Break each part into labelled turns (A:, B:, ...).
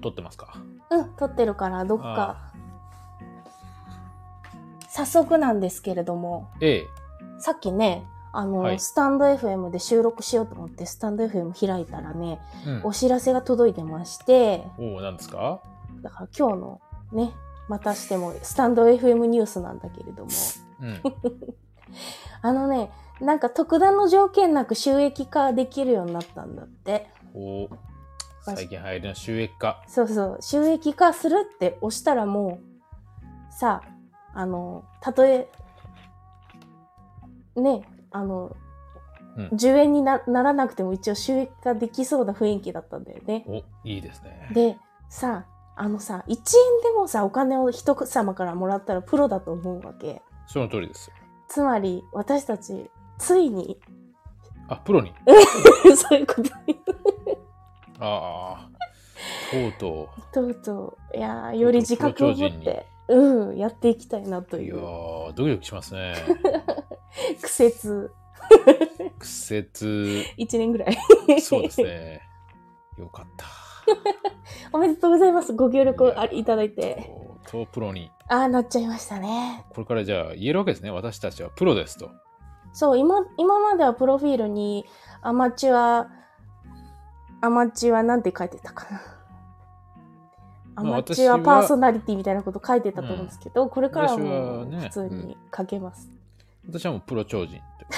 A: 撮ってますか
B: うん、撮ってるから、どっか。早速なんですけれども、
A: え
B: さっきね、あの、
A: はい
B: スタンド FM で収録しようと思って、スタンド FM 開いたらね、
A: え、うん、
B: お知らせが届いてまして、
A: おおなんですか
B: だから今日のね、またしてもスタンド FM ニュースなんだけれども、
A: うん
B: あのね、なんか特段の条件なく収益化できるようになったんだって。
A: おー最近流行りの収益化
B: そうそう、収益化するって押したらもう、さあ、あの、たとえ、ね、あの、
A: うん
B: 10円になならなくても一応収益化できそうな雰囲気だったんだよね。
A: おいいですね
B: で、さあ、のさ、1円でもさ、お金を人様からもらったらプロだと思うわけ。
A: その通りですよ
B: つまり、私たち、ついに、
A: あプロに
B: そういうことに
A: ああとうと
B: とうとう、いやーより自覚を持
A: プロ超
B: っ
A: 人に
B: て、うん、やっていきたいなと
A: うい
B: い
A: や
B: う
A: ードキドキします ね
B: 苦節
A: 苦節
B: 1年ぐらい。
A: そうですねよかった
B: おめでとうございます。ご協力をあ
A: いや
B: いただいて。
A: とうとうプロに
B: ああ、なっちゃいましたね。
A: これからじゃあ言えるわけですね私たちはプロですと
B: そう、今、今まではプロフィールにアマチュア、アマチュアなんて書いてたかな。ア
A: まあ
B: マチュア
A: 私は
B: パーソナリティみたいなこと書いてたと思うんですけど、これからはもう
A: 私はね
B: 普通に書けます。
A: 私はもうプロ超人ってこ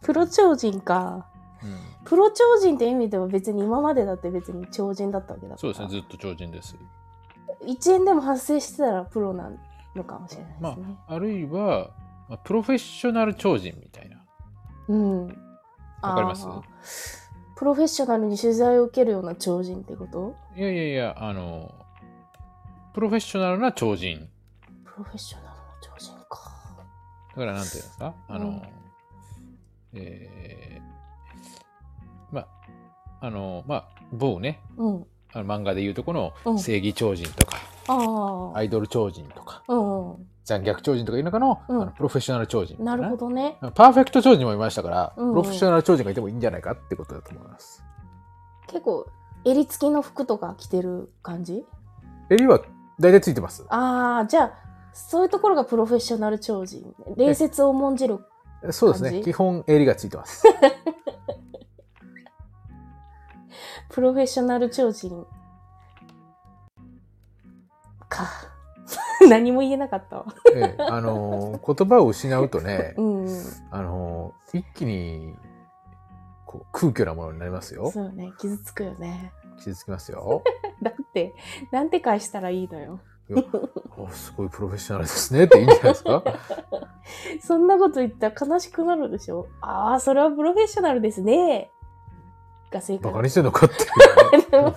A: と
B: プロ超人か。
A: です ね、
B: プロ超人って意味では別に今までだって別に超人だったわけだ
A: うん、
B: から。
A: そうですねずっと超人です
B: 1円でも発生してたらプロなのかもしれないですね。
A: あるいは、まあプロフェッショナル超人みたいな。
B: うん。わ
A: わかります
B: プロフェッショナルに取材を受けるような超人ってこと
A: いやいやいや、あの、プロフェッショナルな超人。
B: プロフェッショナルの超人か。
A: だから、なんていうんですかあの、
B: うん
A: えーま、あの、まあ、某ね、
B: うん。
A: あの漫画でいうとこの
B: うん
A: 正義超人とか、
B: ああ。
A: アイドル超人とか、
B: うんうん。
A: 残虐超人とかいう中の,、
B: うん
A: あのプロフェッショナル超人みたい
B: なるほ。どね。
A: パーフェクト超人もいましたから、
B: うんうん
A: プロフェッショナル超人がいてもいいんじゃないかってことだと思います。
B: 結構、襟付きの服とか着てる感じ
A: 襟は大体ついてます。
B: ああ、じゃあ、そういうところがプロフェッショナル超人。礼節を重んじる。
A: そうです
B: 感
A: ね。
B: じ
A: 基本襟がついてます。
B: プロフェッショナル超人。 か。何も言えなかったわ。
A: ええ、あのー言葉を失うとね
B: う、んうん。
A: あのー一気にこう空虚なものになりますよ
B: そ。うね。傷つくよね。
A: 傷つきますよ。
B: だって、なんて返したらいいのよ。
A: いやおすごいプロフェッショナルですねっていいんじゃないです か。
B: そんなこと言ったら悲しくなるでしょああ、それはプロフェッショナルですね。が正
A: バ
B: 解
A: カ。にしてんのかっていうね。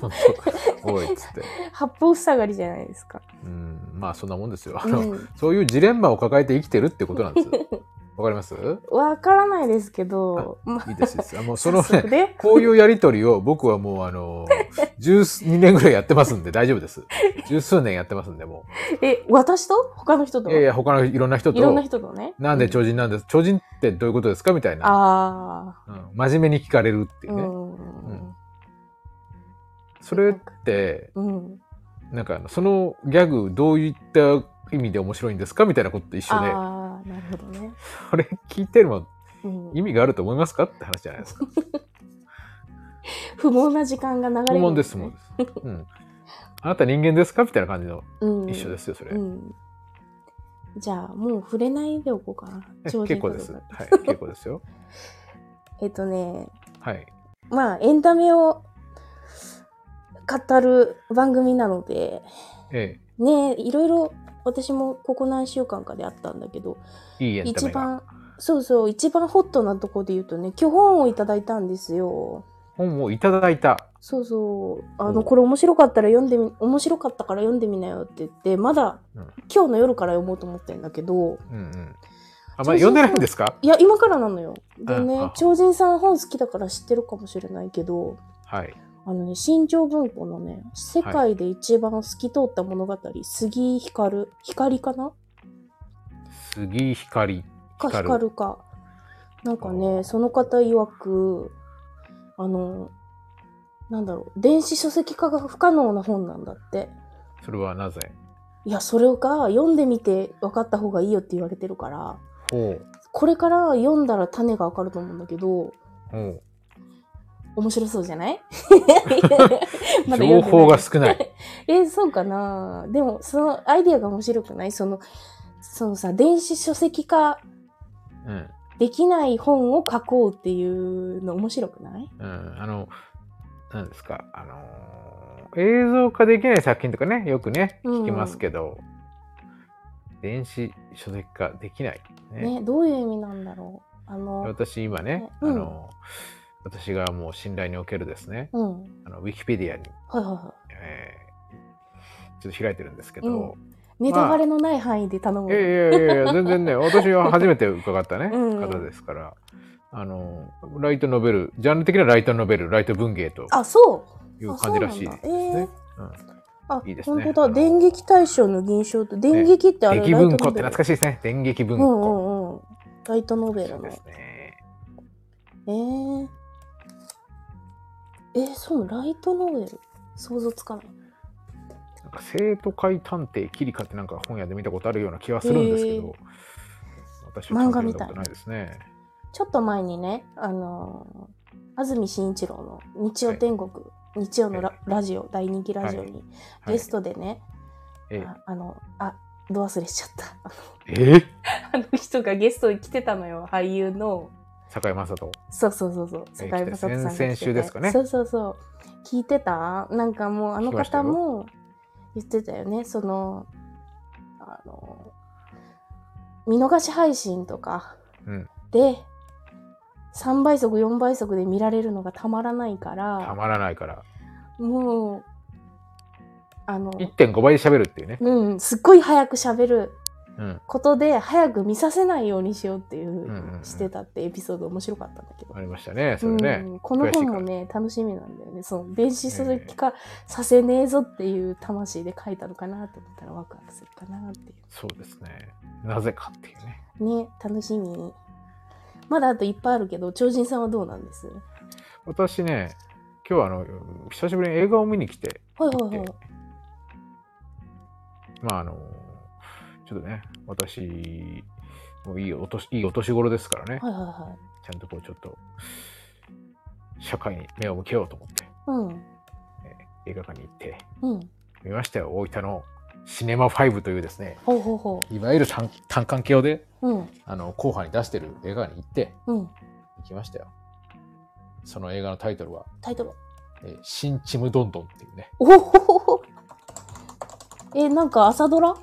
A: おいっつって。
B: 八方塞がりじゃないですか。
A: うん、まあそんなもんですよ。あ
B: う
A: の
B: ん。
A: そういうジレンマを抱えて生きてるってことなん です。わかります
B: わからないですけど、まあ、
A: いいですいいです。あ もうその
B: 早
A: ね
B: 速、ね、
A: こういうやりとりを僕はもうあの、12年ぐらいやってますんで大丈夫です。十数年やってますんでも
B: え、私と他の人と
A: う。いやいや、他のいろんな人
B: いろんな
A: と、
B: 人とね。
A: なんで超人なんです、超人ってどういうことですかみたいな、
B: あ
A: う
B: あ、
A: ん真面目に聞かれるっていううね。
B: ん。
A: それって、
B: うん。
A: なんかあのそのギャグどういった意味で面白いんですかみたいなことと一緒で、
B: ああ、なるほどね。
A: それ聞いてるの
B: うん
A: 意味があると思いますかって話じゃないですか。
B: 不毛な時間が流れる、
A: 不問ですもんです。うん。あなた人間ですかみたいな感じの
B: うん。
A: 一緒ですよ、それ。
B: うん。じゃあ、もう触れないでおこうかな。
A: え
B: 超人
A: 結構です。
B: か
A: は
B: どうか
A: い、結構ですよ。
B: えっとね、
A: はい。
B: まあ、エンタメを語る番組なので、
A: え
B: ね、いろいろ私もここ何週間かであったんだけど、
A: え、いいエンタ
B: 一
A: メが。
B: 番、そうそう、一番ホットなとこで言うとね、巨本をいただいたんですよ。
A: 本をいただいた。
B: そうそう、あ
A: お
B: の、
A: う
B: これ面白かったら読んでみ、面白かったから読んでみなよって言って、まだ
A: うん
B: 今日の夜から読もうと思ってんだけど、
A: うんうん。あまり読んでないんですか
B: いや、今からなのよ。で
A: ああ
B: ね、超人さん本好きだから知ってるかもしれないけど、
A: はい。
B: あのね、新庄文庫のね、世界で一番透き通った物語、杉井光、光かな
A: 杉井光。
B: か
A: 光
B: 光か。なんか
A: あー
B: ね、その方曰く、あの、なんだろう、電子書籍化が不可能な本なんだって。
A: それはなぜ
B: いや、それが読んでみて分かった方がいいよって言われてるから、
A: ほう。
B: これから読んだら種が分かると思うんだけど、
A: ほ
B: 面白そうじゃない
A: う。情報が
B: 少
A: 少ない。
B: え、そうかなでも、そのアイディアが面白くないその、そのさ、電子書籍化
A: うん。
B: できない本を書こうっていうの面白くない
A: うん。あの、なんですか。あのー映像化できない作品とかね、よくね、聞きますけど、電子書籍化できない。ね。
B: ね、どういう意味なんだろうあの、
A: 私今ね、
B: うん
A: あの私がもう信頼におけるですね
B: うん。はい
A: あのウィキペディアに、
B: はいは
A: えーちょっと開いてるんですけ
B: う
A: ど、
B: い。ネタバレのない範囲で頼む。
A: いやいやいやいや全然ね私は初めて伺ったね
B: うん
A: 方ですからあのライトノベルジャンル的にはライトノベルライト文芸と
B: あ、そう
A: いう感じらしいです
B: あそうなんだえ
A: ね
B: ー。あ、
A: いいですね
B: 本当だ。電撃大賞の銀賞と、電撃ってあ
A: 電
B: れ、
A: 撃
B: ライ
A: 文庫
B: トノベル
A: って懐かしいですね。電撃文
B: う
A: 庫。
B: んうんうん。ライトノベル
A: そう
B: の。
A: で
B: え
A: すね。
B: ー、えー、そうなのライトノベル想像つかない。
A: なんか生徒会探偵キリカってなんか本屋で見たことあるような気はするんですけど、私はちゃんと読んだことないですね。
B: ちょっと前にね、あのー安住紳一郎の日曜天国、日曜のラ,、
A: はい
B: ジオ、大人気ラジオに、
A: はい
B: ゲストでね、
A: ええ
B: ああの、あ、ど忘れしちゃった。
A: ええ
B: あの人がゲストに来てたのよ、俳優の。
A: 坂井雅人。
B: そうそうそうそう。
A: えー
B: 坂井雅人さんが来てて
A: 先々週ですかね
B: そうそうそう。聞いてたなんかもうあの
A: 聞きました
B: 方
A: よ
B: も言ってたよね。その、あの、見逃し配信とか
A: うん
B: で、3倍速、4倍速で見られるのがたまらないか
A: た
B: ら、
A: まらないから。
B: もう、あの、
A: 1.5倍で喋るっていうね。
B: うん、すっごい早く喋る
A: うん。
B: ことで、早く見させないようにしようっていう
A: うんうんうん
B: してたってエピソード面白かったんだけど。
A: ありましたね。それね。
B: うん、この本もね楽しみなんだよねその電子書籍化させねえぞっていう魂で書いたのかなと思ったらワクワクするかなってい
A: そうですね。なぜかっていうね。
B: うね楽しみまだあといっぱいあるけど超人さんはどうなんですは
A: 私ね、今日はあの、久しぶりに映画を見に来て、
B: いはいはい
A: でまああの、ちょっとね、私、もういいお年いいお年頃ですからね、
B: はいはいは
A: ちゃんとこうちょっと、社会に目を向けようと思って、
B: い
A: えー映画館に行って、
B: うんうん
A: 見ましたよ、大分のシネマ5というですね、
B: ほうほうほ
A: いわゆる単単館鏡で、
B: ううん
A: あの、後半に出してる映画に行って、
B: うん
A: 行きましたよ。その映画のタイトルは、
B: タイトル
A: えー新ちむどんどんっていうね、
B: おほほほえなんか朝ドラ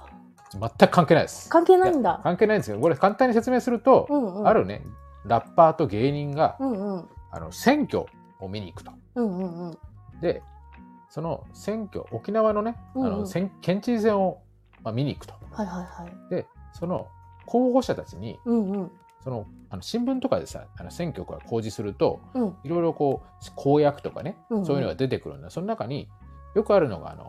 A: 全く関係ないです。
B: 関係ないんだ
A: 関係ないんですけど、これ簡単に説明すると
B: う、んうん
A: あるね、ラッパーと芸人が、
B: うんうん
A: あの、選挙を見に行くと。
B: うんうんうん
A: で、その選挙、沖縄のね、あ
B: うんう
A: の、
B: ん
A: 選県知事選を、まあ、見に行くと。
B: はいはいはい
A: で、その候補者たちに、
B: うんうん
A: その、あの新聞とかでさ、あの選挙区が公示すると、
B: うん
A: いろいろこう公約とかね、
B: うんうん
A: そういうのが出てくるんだその中によくあるのがあの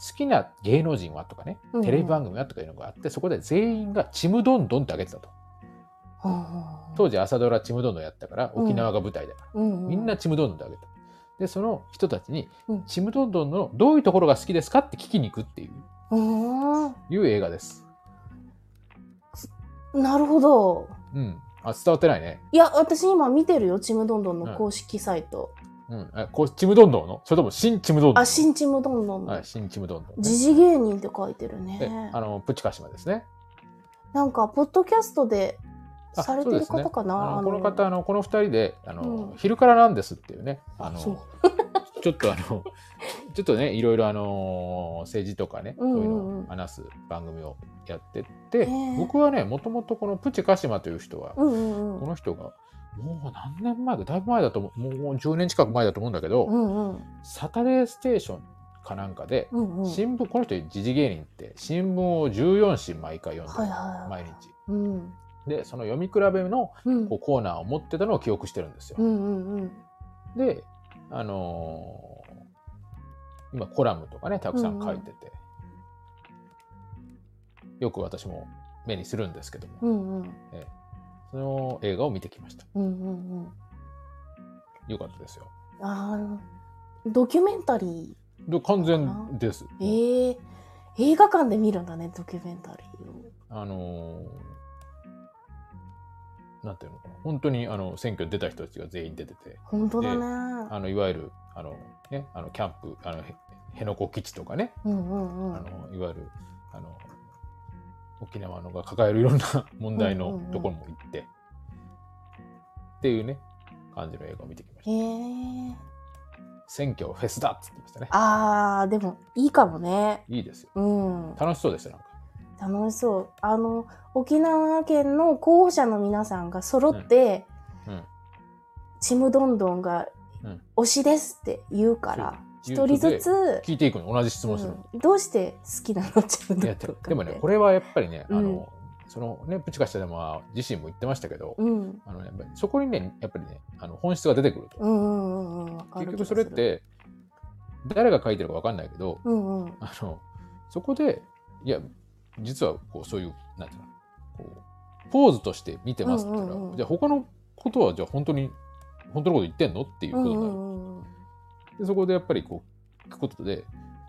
A: 好きな芸能人はとかね、
B: うんうん
A: テレビ番組はとかいうのがあってそこで全員が「ちむどんどん」ってあげてたと
B: はあ
A: 当時朝ドラ「ちむどんどん」やったから沖縄が舞台だから、
B: うんうん
A: みんな「ちむどんどん」ってあげたでその人たちに
B: うん
A: 「ちむどんどん」のどういうところが好きですかって聞きに行くっていう
B: うん
A: いう映画です
B: なるほど。
A: うんあ伝わってないね、
B: いや、私今見てるよ、ちむどんどんの公式サイト。
A: うん、あこうちむどんどんのそれとも「新ちむどんどん」
B: あ、新ちむどんどん
A: は
B: の
A: い、。新ちむどんどんね、
B: 時事芸人って書いてる
A: え
B: ね
A: あ。のプチカシマですね
B: なんか、ポッドキャストで
A: あ
B: されてる方かな。
A: あのこの方あのこの二人であの、
B: うん
A: 昼からなんですっていうねあの
B: そう
A: ちょっとあのちょっとねいろいろあの政治とかね
B: う
A: そ
B: んうんう
A: うんいうのを話す番組をやってって、
B: ねえ
A: 僕はねもともとこのプチカシマという人は、
B: うんうんう
A: こ
B: ん。
A: の人がもう何年前かだいぶ前だと思うもうもう10年近く前だと思うんだけど、
B: うんうん。
A: サタデーステーションかなんかで、
B: うんうん。はい
A: 新聞この人時事芸人って新聞を14紙毎回読んで
B: はい
A: る、
B: は
A: 毎日
B: い。うん。
A: でその読み比べの
B: うん
A: こうコーナーを持ってたのを記憶してるんですよ。
B: うんうんうん。
A: で、あのー今コラムとかねたくさん書いてて、よく私も目にするんですけども、
B: うんうん。
A: その映画を見てきました
B: うんうんうん。
A: よかったですよ。
B: ああ。ドキュメンタリ
A: で完全です。
B: ーえー、映画館で見るんだねドキュメンタリーを
A: あのーなんていうのかな本当にあの選挙出た人たちが全員出てて
B: 本当だね
A: あのいわゆるあの、ね、あのキャンプあのへ辺野古基地とかね、
B: うんうんうん
A: あのいわゆるあの沖縄のが抱えるいろんな問題
B: うん
A: の
B: うんうん
A: ところも行って、っていうね感じの映画を見てきまし
B: え
A: た
B: ー、
A: 選挙はフェスだっつって言ってましたね
B: あーでもいいかもね
A: いいですよ
B: うん
A: 楽しそうでしたなんか
B: 楽しそうあの沖縄県の候補者の皆さんが揃って、
A: うんうん
B: ちむどんどんが
A: うん
B: 推しですって言うから
A: そ
B: 一
A: う
B: 人ずつ、
A: 聞いていくの同じ質問するの、
B: うんどうして好きなのちむどん
A: い
B: どん
A: や
B: か
A: で
B: って
A: でもねこれはやっぱりねあ
B: うん
A: の、そのねプチカシタでも自身も言ってましたけど、
B: うん
A: あのやっぱりそこにねやっぱりねあの本質が出てくると、
B: うんうんうんうんわか
A: 結
B: る気が
A: 局
B: す
A: そ
B: る
A: れって誰が書いてるかわかんないけど
B: うんうん
A: あのそこでいや実はこうそういうなんていうのこうポーズとして見てますって言ったら、
B: うんうんうん
A: じゃあ他のことはじゃあ本当に本当のこと言ってんのっていう
B: う
A: こ
B: ん
A: と
B: う
A: になる、
B: んうん
A: でそこでやっぱりこう聞くことで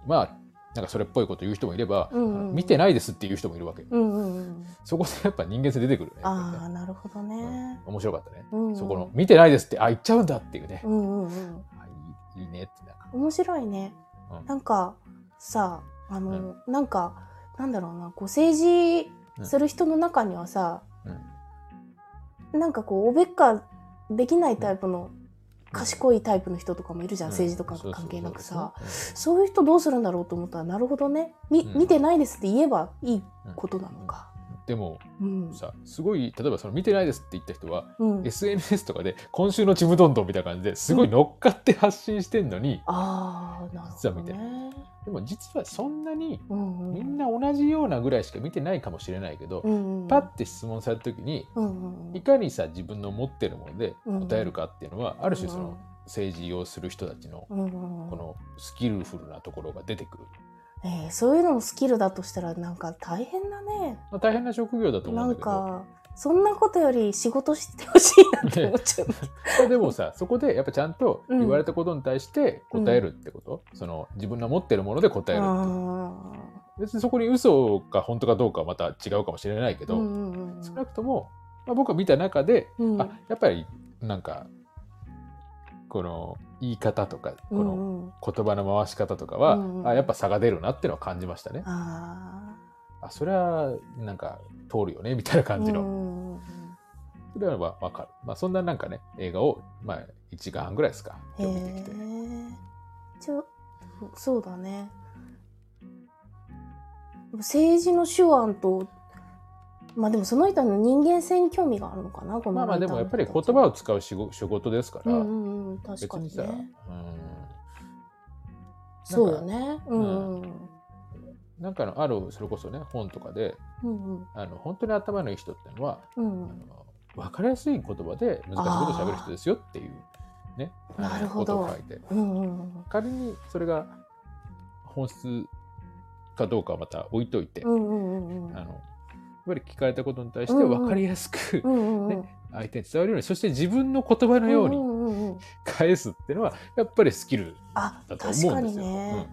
A: まあなんかそれっぽいこと言う人もいれば、
B: うんうんうん
A: 見てないですっていう人もいるわけ
B: うんうんうん
A: そこでやっぱ人間性出てくるよねやっぱ
B: あ
A: り
B: あ
A: ね
B: なるほどね、
A: 面白かったね、
B: うんうん、
A: そこの見てないですってあ言っちゃうんだっていうね、
B: うんうんうん
A: あいいいいねってなんか、
B: 面白いね、
A: うん
B: なんかさあの、なんかなんだろうなこう政治する人の中にはさ、なんかこうおべっかできないタイプの、賢いタイプの人とかもいるじゃん、政治とか関係なくさそういう人どうするんだろうと思ったらなるほどねみ、
A: うん
B: 見てないですって言えばいいことなのか。
A: でも
B: うん
A: さすごい例えばその見てないですって言った人は、
B: うん
A: SNS とかで今週のちむどんどんみたいな感じですごい乗っかって発信してんのに、
B: ああなるほど
A: 実は
B: ね。
A: でも実はそんなに
B: うんうん
A: みんな同じようなぐらいしか見てないかもしれないけど、
B: うんうん
A: パッて質問された時に
B: うんうん
A: いかにさ自分の持ってるもので答えるかっていうのは、ある種その政治をする人たちの
B: うんうんうん
A: このスキルフルなところが出てくる、
B: えーそういうのもスキルだとしたらなんか大変だね。
A: まあ、大変な職業だと思
B: な
A: うんだ
B: ん
A: けど
B: かそんなことより仕事してほしいなって思 っちゃう。
A: まあでもさそこでやっぱちゃんと
B: うん
A: 言われたことに対して答えるってこと、その自分の持ってるもので答えるっていう別にそこに嘘か本当かどうかはまた違うかもしれないけ
B: う
A: ど、
B: んうんうん
A: 少なくとも、まあ、僕は見た中で、
B: うん
A: あやっぱりなんかこの言い方とかこの
B: うんうん
A: 言葉の回し方とかは、
B: うんうん
A: あやっぱ差が出るなっていうのは感じましたね。
B: あ
A: あそれはなんか通るよねみたいな
B: ー
A: 感じの、
B: うんうんうん
A: それはわかる、まあ、そんななんかね映画を、まあ、1時間半ぐらいですか
B: へ
A: 今日見てきて、
B: えちょそうだね政治の手腕とまあでもその人の人間性に興味があるのかなこの
A: まあまあでもやっぱり言葉を使う仕事仕事ですから、
B: うんうんうん確
A: 別
B: か
A: に
B: に
A: さ、
B: ね
A: う
B: そうよねうんうん
A: ん、なんかのあるそれこそね本とかで
B: うんうん
A: あの本当に頭のいい人ってのは、
B: うん
A: あの分かりやすい言葉で難しいことを喋る人ですよっていうねあの
B: なるほど
A: ことを書いて
B: うんうん
A: 仮にそれが本質かどうかはまた置いといて、
B: うんうんうんうん
A: あのやっぱり聞かれたことに対して
B: うんうん
A: 分かりやすく、
B: うんうんうん
A: ね相手に伝わるようにそして自分の言葉のよう
B: うん
A: に
B: うんうんうん
A: 返すっていうのはやっぱりスキル
B: あ
A: だ
B: 確
A: と思う
B: か
A: んで
B: に
A: すよ。
B: ね、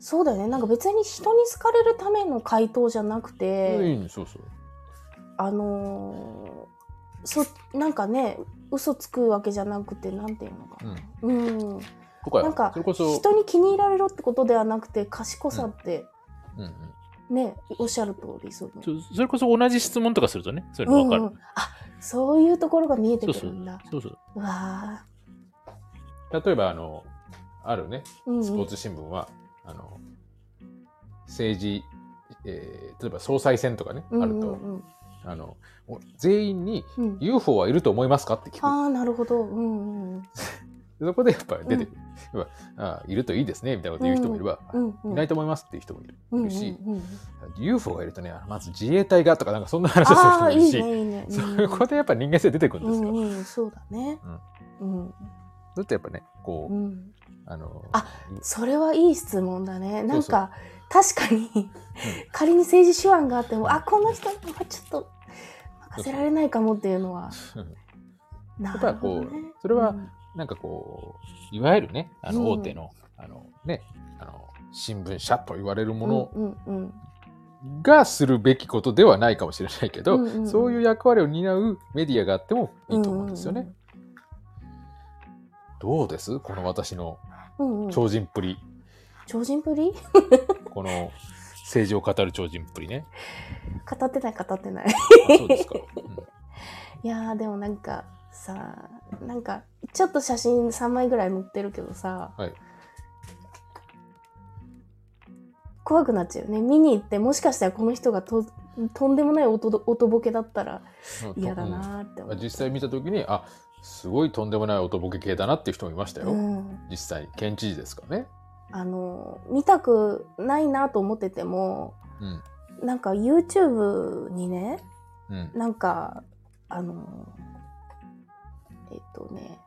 B: そうだよねなんか別に人に好かれるための回答じゃなくて、
A: うんうんそうそう
B: あのーそなんかね嘘つくわけじゃなくてなんていうのかな、うん
A: とか
B: なんか
A: それこそ、
B: 人に気に入られろってことではなくて賢さって
A: うんうん
B: ね、おっしゃる通りその
A: そそれこそ同じ質問とかするとねそういう
B: う
A: の
B: ん
A: 分か
B: う
A: る、
B: ん、あそういうところが見えて
A: そう
B: く
A: そ
B: る
A: うん
B: だ
A: そうそう
B: うわ
A: 例えばあのあるね
B: ー、うんうん、
A: スポーツ新聞は、あの政治、えー例えば総裁選とかね、あると、
B: うんうん
A: あのお全員に
B: うんうん、
A: UFO はいると思いますかって聞く
B: ああなるほど、うんうん
A: そこでやっぱり出てくる、やっぱあいるといいですねみたいなこと言う人もいれば、
B: うんうん、
A: いないと思いますっていう人もいる,、
B: うんうん
A: し、
B: うんうん、
A: UFO がいるとねまず自衛隊がとか なんかそんな話をする人
B: あ
A: も
B: あ
A: い
B: い
A: る
B: い
A: し
B: ねいいね
A: そこでやっぱ人間性出てくるんですよ、
B: うんうん、そうだねうん、
A: だってやっぱねこ
B: う
A: う、
B: ん、
A: あの
B: あそれはいい質問だね。なんか確かに、
A: ん
B: 仮に政治手腕があっても、あこの人はちょっと任せられないかもっていうのは。
A: うん
B: な
A: やっぱ
B: る
A: りこ
B: ほ
A: う
B: どね。
A: それは
B: うん
A: なんかこう、いわゆるね、あ
B: うん
A: の大手の、あのね、あの新聞社と言われるもの
B: うんうん
A: がするべきことではないかもしれないけど、
B: うんうんうん
A: そういう役割を担うメディアがあっても
B: うん
A: いいと思うんですよね。どうですこの私の
B: うんうん
A: 超人っぷり、
B: 超人ぶり
A: この政治を語る超人っぷり ね。
B: 語ってない語ってない
A: あそうですか。 うん
B: いやーでもなんかさなんかちょっと写真3枚ぐらい載ってるけどさ、
A: はい
B: 怖くなっちゃうよね見に行ってもしかしたらこの人がととんでもない音ど音ボケだったら嫌だなーって
A: うん
B: 思う、
A: 実際見た時にあすごいとんでもない音ボケ系だなっていう人もいましたよ、
B: うん、
A: 実際県知事ですからね、
B: あの見たくないなと思ってても
A: うん
B: なんか YouTube にね
A: うん、
B: なんかあのえっとね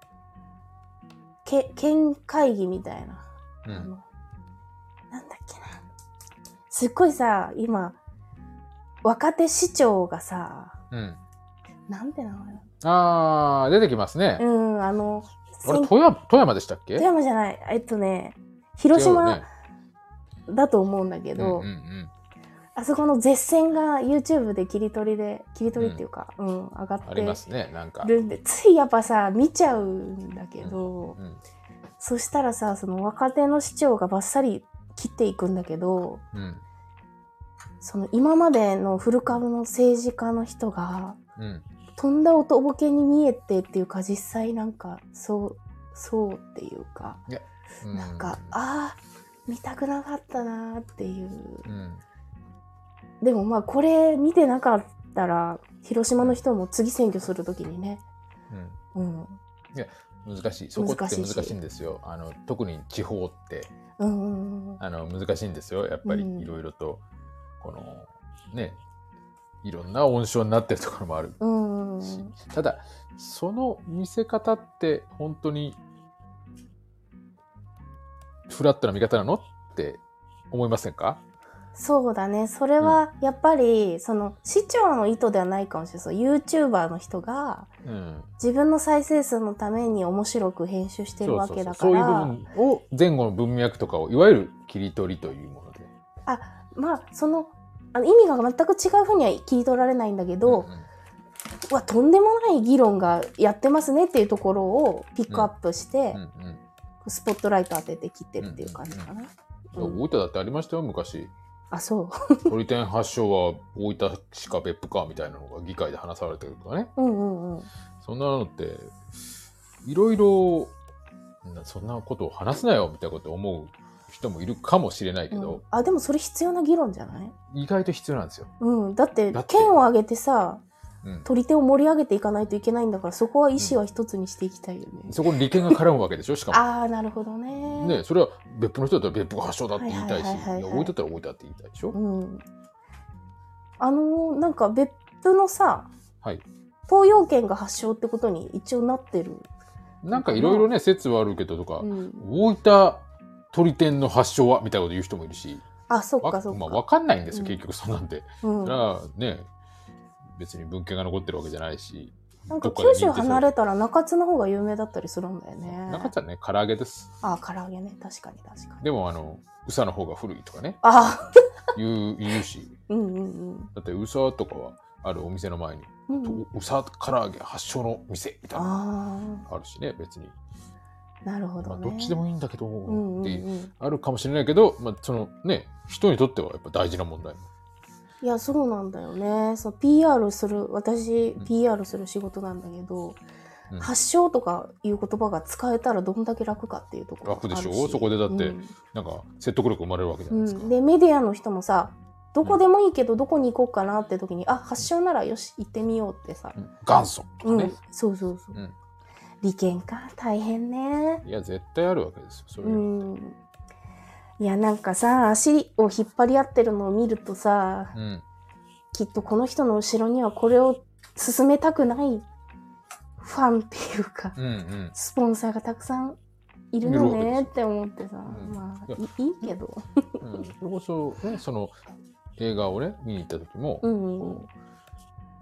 B: け県会議みたいな
A: う
B: あの
A: ん、
B: なんだっけな。すっごいさ、今、若手市長がさ、
A: うん。
B: なんて名前
A: あー、出てきますね。
B: うん、あの、
A: あれ、
B: 選
A: 富山、富山でしたっけ
B: 富山じゃない、えっとね、広
A: 違う
B: 島
A: ね
B: だと思うんだけ
A: う
B: ど、
A: んうんうん。
B: あそこの絶戦が YouTube で切り取りで、切り取りっていうか、うん、上がっ
A: ありま
B: て
A: すね、なんか。
B: るんで、ついやっぱさ、見ちゃうんだけど、
A: うん
B: そしたらさ、その若手の市長がバッサリ切っていくんだけど、
A: うん
B: その今までの古株の政治家の人が、
A: うん。
B: 飛んだ音ボケに見えてっていうか実際なんかそうそうっていうか、
A: う
B: なんかああ見たくなかったなーっていう
A: うん。
B: でもまあこれ見てなかったら広島の人も次選挙する時にねうん
A: うん。難しい。そこって
B: 難しいし
A: 難しいんですよ。あの、特に地方って、
B: うんうんうん
A: あの、難しいんですよ。やっぱ
B: うん
A: り、いろいろと、この、ね、いろんな温床になってるところもある
B: うんうん
A: し、ただその見せ方って本当にフラットな見方なのって思いませんか
B: そうだねそれはやっぱりその市長の意図ではないかもしれないそう YouTuber の人が
A: うん、
B: 自分の再生数のために面白く編集してるわけだか
A: そういう部
B: ら
A: 分を前後の文脈とかをいわゆる切り取りというもので
B: まあそのあの意味が全く違うふうには切り取られないんだけど、
A: ん
B: うわとんでもない議論がやってますねっていうところをピックアップして、
A: うんうん
B: スポットライト当てて切ってるっていう感じかな。
A: いや
B: うん
A: 大分だってありましたよ昔
B: あそう。
A: 鳥天発祥は大分しか別府かみたいなのが議会で話されてるとかね
B: うんうんうん。
A: そんなのっていろいろなそんなことを話すなよみたいなことを思う人もいるかもしれないけど、
B: うんあでもそれ必要な議論じゃない
A: 意外と必要なんですよ。
B: うん、だって
A: だって
B: 県を挙げてさ
A: うん、
B: 取り手を盛り上げていかないといけないんだからそこは意思は一つにしていきたいよね。
A: そこに利権が絡むわけでしょしか
B: ああなるほどね。
A: も。ねそれは別府の人だったら別府が発祥だって言いたいし、
B: はいいはいはいはい
A: や置いてったら置いてあって言いたいでしょ、
B: うん。あのーなんか別府のさ、
A: はい
B: 東洋圏が発祥ってことに一応なってる。
A: なんかいろいろね、説はあるけどとか、
B: うん、
A: 大分鳥天の発祥はみたいなこと言う人もいるし、
B: あそっ
A: わ
B: かそっか。
A: まあ、わかんないんですよ、
B: うん
A: 結局そんなんで。
B: うん
A: それはね、別に文献が残ってるわけじゃないし、
B: なんか
A: どっで
B: 九
A: 認定されて
B: 州
A: る
B: 離れたら中津の方が有名だったりするんだよね。
A: 中津はね、唐揚げです。
B: あ唐揚げね確かに確かに。
A: でも、あの、宇佐の方が古いとかね、
B: あ
A: 言う 言うし、
B: うんうん
A: だって宇佐とかはあるお店の前に、
B: うん。うんうん、
A: うさ唐揚げ発祥の店みたいな
B: あ
A: あるしね別に、
B: あなるほ
A: ま
B: ど
A: あ、
B: ね。
A: どっちでもいいんだけど
B: うん
A: っ
B: うんう。
A: ていうんあるかもしれないけど、まあ、そのね人にとってはやっぱ大事な問題
B: いやそうなんだよね。そう PR する私
A: うん
B: PR する仕事なんだけど、
A: うん
B: 発祥とかいう言葉が使えたらどんだけ楽かっていうところ
A: 楽でしょ
B: ある
A: そこでだって
B: うん
A: なんか説得力生まれるわけじゃ
B: う
A: ないですか、
B: ん、でメディアの人もさどこでもいいけどどこに行こうかなって時に、あ発祥ならよし行ってみようってさ、
A: うん元祖とか
B: うん
A: ね、
B: そうそうそう、
A: うん
B: 利権か大変ね
A: いや絶対あるわけですよそういううの、
B: んいやなんかさ足を引っ張り合ってるのを見るとさ
A: うん
B: きっとこの人の後ろにはこれを進めたくないファンっていうか
A: うんうん
B: スポンサーがたくさんいるの
A: いる
B: ね
A: わ
B: って思ってさ、
A: ん
B: まあ
A: いや
B: いいいけど
A: うんそれこそ、ね、その映画をね見に行った時も、
B: うんうん
A: こう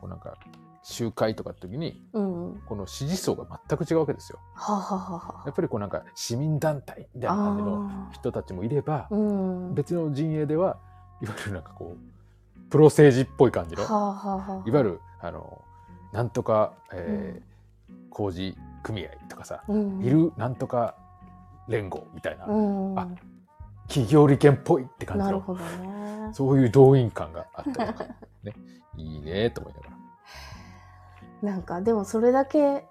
A: こうなんか集会とかの時に
B: うんうん
A: この支持層が全く違うわけですよ。
B: はあ、はあはあ
A: や
B: は
A: っぱりこうなんか市民団体みたいな感じの
B: あ
A: 人たちもいれば
B: ーうん
A: 別の陣営ではいわゆるなんかこうプロ政治っぽい感じの
B: はあはあはい
A: わゆるあのなんとか、えー工事組合とかさ、
B: あうん
A: いるなんとか連合みたいな、
B: うん
A: あ企業利権っぽいって感じ
B: なる
A: の
B: ほどね
A: そういう動員感があったりとか、ね、 いいねと思いながら。
B: なんかでもそれだけ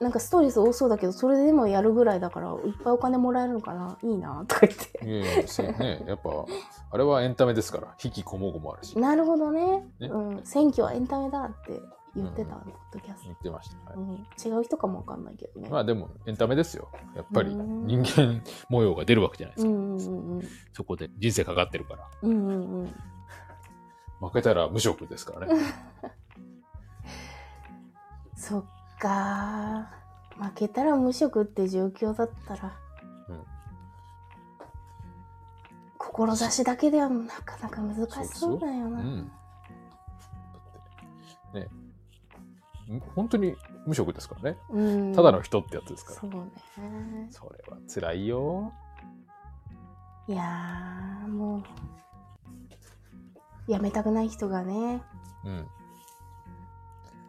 B: なんかストレス多そうだけどそれでもやるぐらいだからいっぱいお金もらえるのかないいなとか言って
A: いやいやそうね、やっぱあれはエンタメですから引きこもごもあるし
B: なるほどね
A: ね
B: うん、選挙はエンタメだって言ってた、ポッドキャス
A: 言ってました、はい
B: ト、うん、違う人かもわかんないけどね、
A: まあでもエンタメですよやっぱり
B: うん
A: 人間模様が出るわけじゃないで
B: う
A: すか、
B: んうんうんうん
A: そこで人生かかってるから
B: うんうんうん
A: 負けたら無職ですからね
B: そっかー負けたら無職って状況だったら、
A: うん
B: 志だけではなかなか難しそうだよ
A: う
B: な。
A: んだってねん本当に無職ですからね
B: うん
A: ただの人ってやつですから、
B: そうね
A: それは辛いよ
B: いやーもうやめたくない人がね
A: うん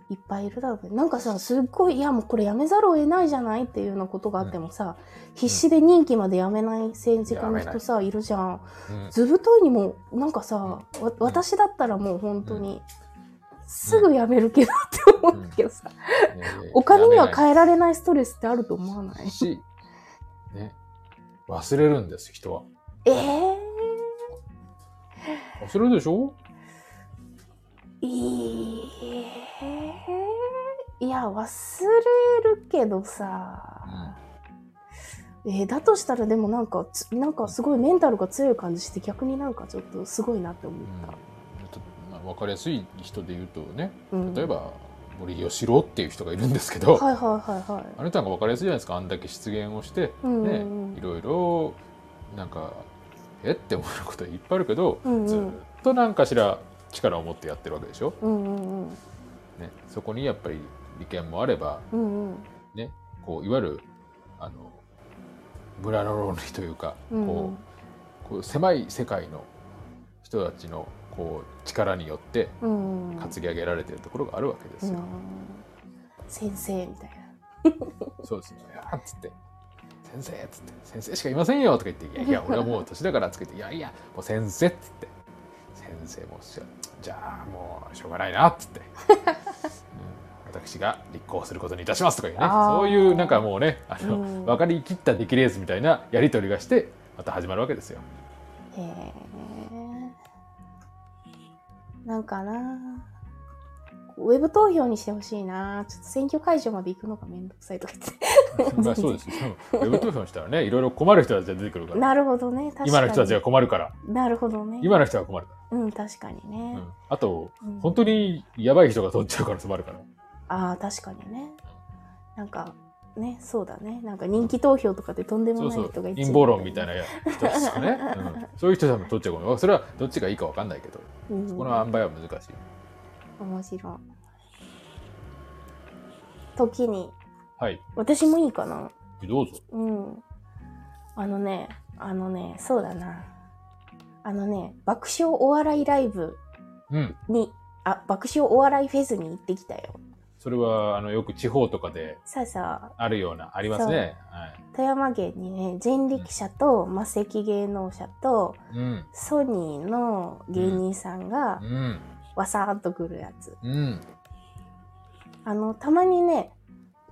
B: いっぱいいるだろうけどなんかさすっごいいやもうこれやめざるを得ないじゃないっていうようなことがあってもさ、必死で任期までやめない政治家の人さいるじゃん
A: うん
B: ずぶといにもなんかさ、わ私だったらもう本当に、すぐやめるけどって思うんだけどさ、 お金には
A: え
B: 変えられないストレスってあると思わない
A: し、ね、忘れるんです人は
B: えー、
A: 忘れるでしょ
B: いいえいや忘れるけどさ、えーだとしたらでもなんかつなんかすごいメンタルが強い感じして逆になんかちょっとすごいなって思
A: うん
B: っ
A: ちょっとまあ、分かりやすい人で言うとね
B: た、うん
A: 例えば森喜朗っていう人がいるんですけど、
B: はいはいはいはい
A: あの人なんか分かりやすいじゃないですかあんだけ失言をして、
B: うんう
A: ね
B: んうん
A: いろいろなんかえって思うこといっぱいあるけど、
B: うんうん
A: ずっと何かしら力を持ってやってるわけでしょ、
B: うんうんうん
A: ね、そこにやっぱり利権もあれば、
B: うんうん
A: ね、こういわゆるあの村の論理というか、
B: うん
A: こうこう狭い世界の人たちのこう力によって
B: うんうん
A: 担ぎ上げられてるところがあるわけですよ。
B: うん先生みたい
A: そうですよね。あっつって。先生っつって、先生しかいませんよとか言って、いやいや、 俺はもう年だからつけて、いやいや、もう先生っつって。先生もしじゃあもうしょうがないなっつって、うん私が立候補することにいたしますとかいうね、
B: あー
A: そういうなんかもうね、あの、
B: うん
A: 分かりきった出来レースみたいなやり取りがして、また始まるわけ ですよ。
B: なへえなんかなウェブ投票にしてほしいなちょっと選挙会場まで行くのがめんどくさいとか言って
A: まあそうですよ。ウェブ投票したらね、いろいろ困る人たちが出てくるから、
B: なるほどね。確かに
A: 今の人たちが困るから、
B: なるほどね。
A: 今の人が困るか
B: うん、確かに
A: ら。う
B: ね
A: ん。あと、
B: うん
A: 本当にやばい人が取っちゃう可能性もあるから。
B: ああ、確かにね。なんか、ね、そうだね。なんか人気投票とかでとんで
A: そ
B: も
A: う
B: な
A: そ
B: いう人が
A: 陰謀論みたい
B: な。
A: な人ですかね、 うんそういう人多分取っちゃうごめんそれはどっちがいいかわかんないけど
B: うん、
A: この塩梅は難しい
B: 面白い。時に、
A: はい
B: 私もいいかな。
A: どうぞ
B: うん。あのね、あのね、そうだな。あのね、爆笑お笑いライブ
A: うん
B: に、あ、爆笑お笑いフェスに行ってきたよ。
A: それはあのよく地方とかで
B: さあさあ、
A: あるようなありますねはい
B: 富山県にね人力車と魔石芸能者と
A: うん
B: ソニーの芸人さんが
A: うん
B: わさーっと来るやつ
A: うん
B: あのたまにね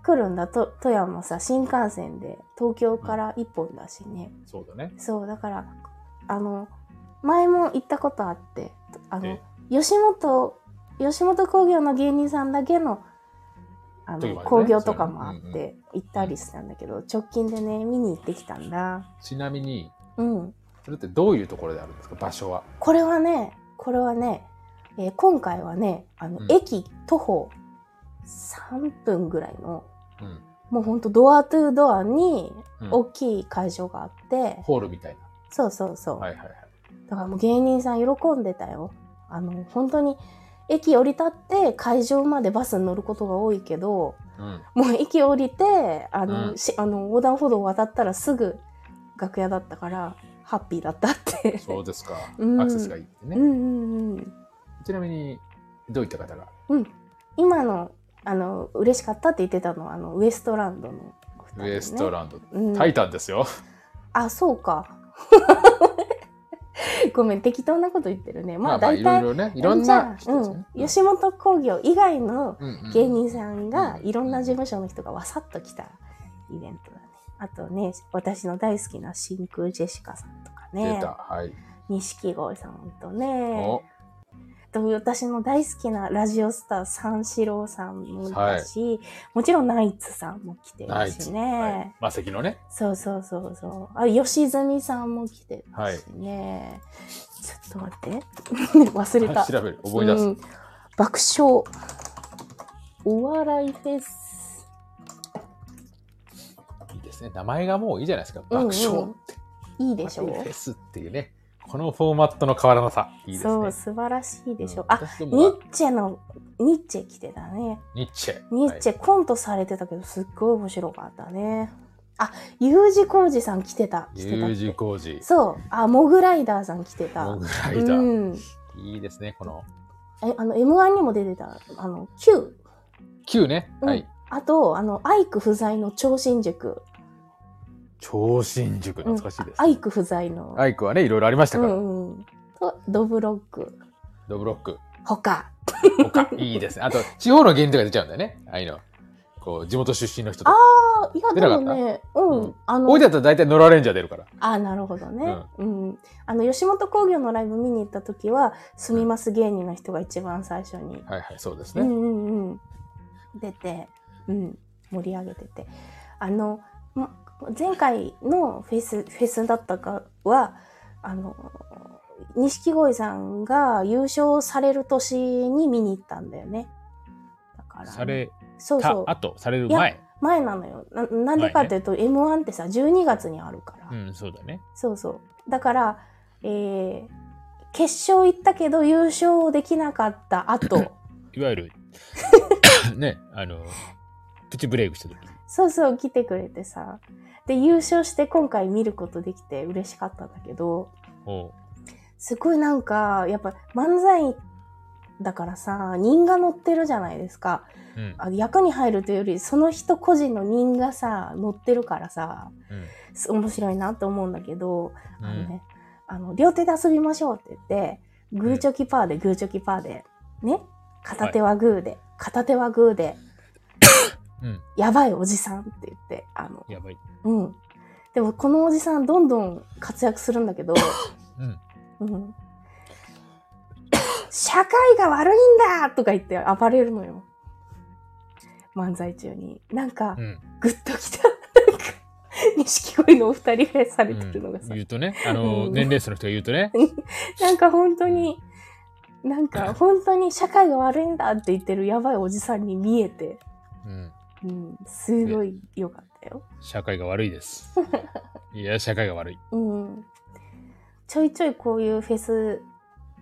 B: 来るんだと富山さ新幹線で東京から1本だしね
A: そうだね
B: そうだからあの前も行ったことあってあの
A: え
B: 吉本吉本興業の芸人さんだけのあ
A: 時も
B: の
A: あるね
B: 興行とかもあ
A: そう
B: っ
A: だね
B: て行ったりしたんだけど直近でね見に行ってきたんだ
A: ちなみに
B: うん
A: それってどういうところであるんですか場所は
B: これはね、これはね、えー今回はね、あの、
A: うん
B: 駅徒歩3分ぐらいの、
A: うん
B: もうほんとドアトゥードアに
A: うん
B: 大きい会場があって、
A: ホールみたい
B: そうそうそう。
A: なはいはいはい
B: だからもう芸人さん喜んでたよ。あの、本当に駅降り立って会場までバスに乗ることが多いけど
A: うん
B: もう駅降りてあの、
A: うん
B: しあの横断歩道を渡ったらすぐ楽屋だったからハッピーだったって。
A: そうですか、
B: うん
A: アクセスがいいってね、
B: うんうんうん
A: ちなみにどういった方が
B: 今のあの嬉しかったって言ってたのはあのウエストランドのお二人
A: ウ
B: ね
A: エストランド、
B: うん
A: タイタンですよ、
B: あそうか ごめん適当なこと言ってるねまあ大
A: いろい
B: 体
A: ろねいろんな
B: じ
A: 人
B: ゃあ
A: です
B: うん
A: ね、
B: 吉本興業以外の
A: うんうん
B: 芸人さんが
A: うん
B: いろんな事務所の人がわさっと来たイベントだねあとね私の大好きな真空ジェシカさんとか
A: 出
B: ね
A: たはい、
B: 錦鯉さんと
A: お
B: ねあと私の大好きなラジオスター三四郎さんもいたし、もちろんナイツさんも来て
A: ナ
B: る
A: イ
B: し
A: ツ
B: ね、
A: はい、マセキのね
B: そうそうそうそう。あ、吉住さんも来てる
A: はい
B: しね。ちょっと待って。忘れた。
A: 調べる思い出す、
B: うん爆笑。お笑いフェス。
A: いいですね名前がもういいじゃないですか
B: うんうん
A: 爆笑って、
B: いいでしょ
A: 爆笑フェスっていうねこのフォーマットの変わらなさいいですね
B: そう、素晴らしいでしょ。
A: うん
B: あ、
A: 私ど
B: ニ
A: もは
B: ッチェの、ニッチェ来てたね。
A: ニッチェ
B: ニッチ
A: ェ、
B: ェコントされてたけど、すっごい面白かったね。あ、U 字工事さん来てた。来てたっ
A: U
B: て
A: 字工事
B: そう。あ、モグライダーさん来て
A: モ
B: た。
A: グラ
B: う
A: イダー、
B: ん。
A: いいですねこの
B: え、あの、M1 にも出てた、あの、Q。
A: Q ね、
B: うん
A: はい
B: あと、あの、アイク不在の超新塾。
A: 超新塾
B: うん
A: 懐かしいです、
B: アイク不在の。
A: アイクはねいろいろありました
B: う
A: から、
B: んうん。と、ドブロック。
A: ドブロック
B: ほか。
A: 他いいですねあと地方の芸人とか出ちゃうんだよねああいうのこう地元出身の人と
B: あ
A: か
B: あ、いや、
A: 出
B: で
A: なかっ
B: も
A: た
B: ね、うん。
A: うん
B: あ
A: 大い
B: の、
A: だったら大体ノラレンジャー出るから
B: ああ、なるほどね。うん、あの、吉本興業のライブ見に行った時は、すみます芸人の人が一番最初に。
A: はいはいそうです
B: う
A: ね、
B: んうんうん。出て、うん。盛り上げてて。あの、ま前回のフェス、フェスだったかは、あの、錦鯉さんが優勝される年に見に行ったんだよね。だから、
A: され
B: そう
A: た
B: そう。
A: 後される
B: いや
A: 前
B: 前なのよ。ななんでかというと、M1 ってさ、12月にあるから。
A: うんそうだね
B: そうそう。だから、えー決勝行ったけど優勝できなかった後。
A: いわゆ るねあのプチブレイクした時
B: そうそう、来てくれてさ。で、優勝して今回見ることできて嬉しかったんだけど、
A: おう
B: すごいなんか、やっぱ漫才だからさ、人が乗ってるじゃないですか。
A: うん
B: あ役に入るというより、その人個人の人がさ、乗ってるからさ、
A: うん
B: す面白いなって思うんだけど、
A: う
B: あの
A: ん
B: ね、あの、両手で遊びましょうって言って、グーチョキパーで、グーチョキパーで、ね、片手はグーで、片手はグーで、
A: うん
B: やばいおじさんって言って、あの、
A: やばい
B: うん。でもこのおじさんどんどん活躍するんだ けど、
A: うん
B: うん、社会が悪いんだとか言って暴れるのよ。漫才中に。なんか
A: う、ん
B: ぐっときた。なんか、錦鯉のお二人がされてるのがさ、
A: 言うとねあの、
B: うん
A: 年齢層の人が言うとね
B: なんか本当に、なんか本当に社会が悪いんだって言ってるやばいおじさんに見えて、
A: うん
B: うん、すごい良かったよ。
A: 社会が悪いです いや社会が悪い
B: うん、ちょいちょいこういうフェス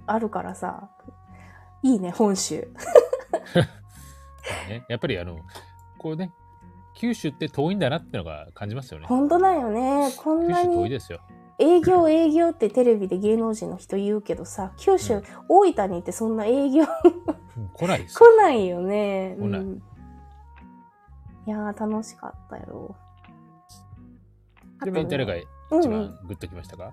B: あるからさいいね本州
A: まあねやっぱりあのこうね九州って遠いんだなってのが感じますよね
B: 本当だよねこん
A: 九
B: な
A: 州遠い
B: に
A: ですよ
B: 営業営業ってテレビで芸能人の人言うけどさ九州、
A: うん
B: 大分に行ってそんな営業
A: うん来ないですよ
B: 来ないよね
A: 来ない
B: うん、いやー楽しかったよ
A: ちなみに誰が
B: うん
A: 一
B: うん
A: 番グッときましたか、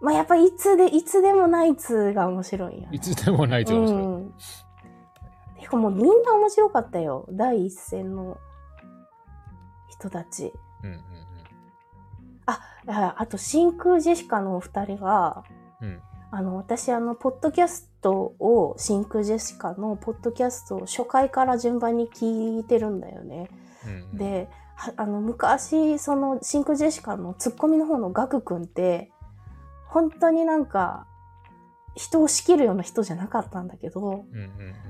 B: まあやっぱいつでいつでもナイツが面白いよね
A: いつでもないと思うん
B: うん、てかもうみんな面白かったよ第一線の人たち
A: うんうん
B: ああと真空ジェシカのお二人が
A: うんうん
B: あの私あのポッドキャストを真空ジェシカのポッドキャストを初回から順番に聞いてるんだよね。
A: うんうん、
B: ではあの昔その真空ジェシカのツッコミの方のガク君って本当になんか人を仕切るような人じゃなかったんだけど、
A: うんうんうん、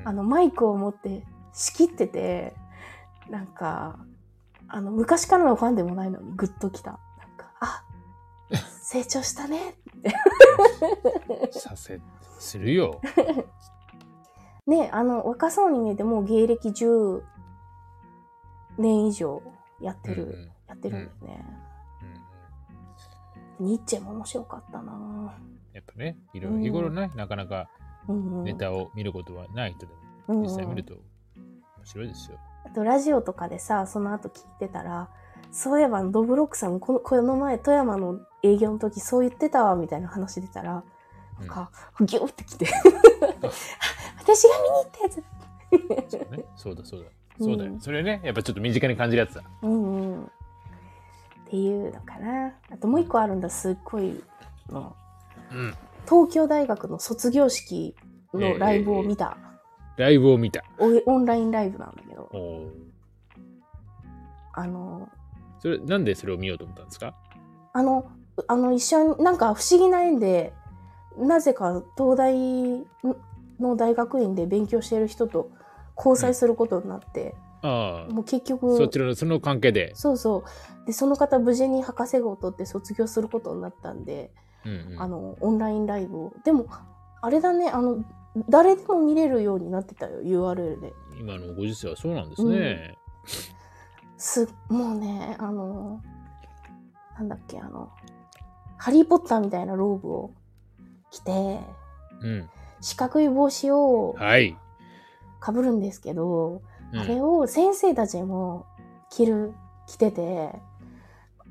B: あのマイクを持って仕切っててなんかあの昔からのファンでもないのにグッときたなんかあ成長したね
A: させするよ
B: ねあの若そうに見えてもう芸歴10年以上やってる、
A: うんうん
B: やってるんだよね、
A: うん
B: ニッチェも面白かったな
A: やっぱね、いろいろ日頃ね、なかなか
B: うんうん
A: ネタを見ることはない人でも、
B: うんうん
A: 実際見ると面白いですよ。
B: あとラジオとかでさその後聞いてたらそういえばドブロックさんこのこの前富山の営業の時そう言ってたわみたいな話出たらなんか、ギョって きて私が見に行ったやつ
A: そうね、そうだそうだ。そうだよ、
B: うん
A: それね、やっぱちょっと身近に感じるやつだ。
B: うんうんっていうのかなあともう一個あるんだすっごいの
A: うん。
B: 東京大学の卒業式のライブを見た、
A: ライブを見た。
B: おオンラインライブなんだけど
A: おおー。
B: あの
A: それ、なんでそれを見ようと思ったんですか
B: あの、あの一緒に、なんか不思議な縁で、なぜか東大の大学院で勉強してる人と交際することになって、
A: ああ、
B: もう結局、
A: そちらの、その関係で。
B: そうそう。で、その方無事に博士号を取って卒業することになったんで、
A: うんうん。
B: あの、オンラインライブを。でも、あれだね、あの、誰でも見れるようになってたよ、URL で。
A: 今のご時世はそうなんですね。
B: す、もうね、あの、なんだっけ、あの、ハリーポッターみたいなローブを着て、
A: うん。
B: 四角い帽子を
A: はい。
B: かぶるんですけど、
A: うん
B: あれを先生たちも着る着てて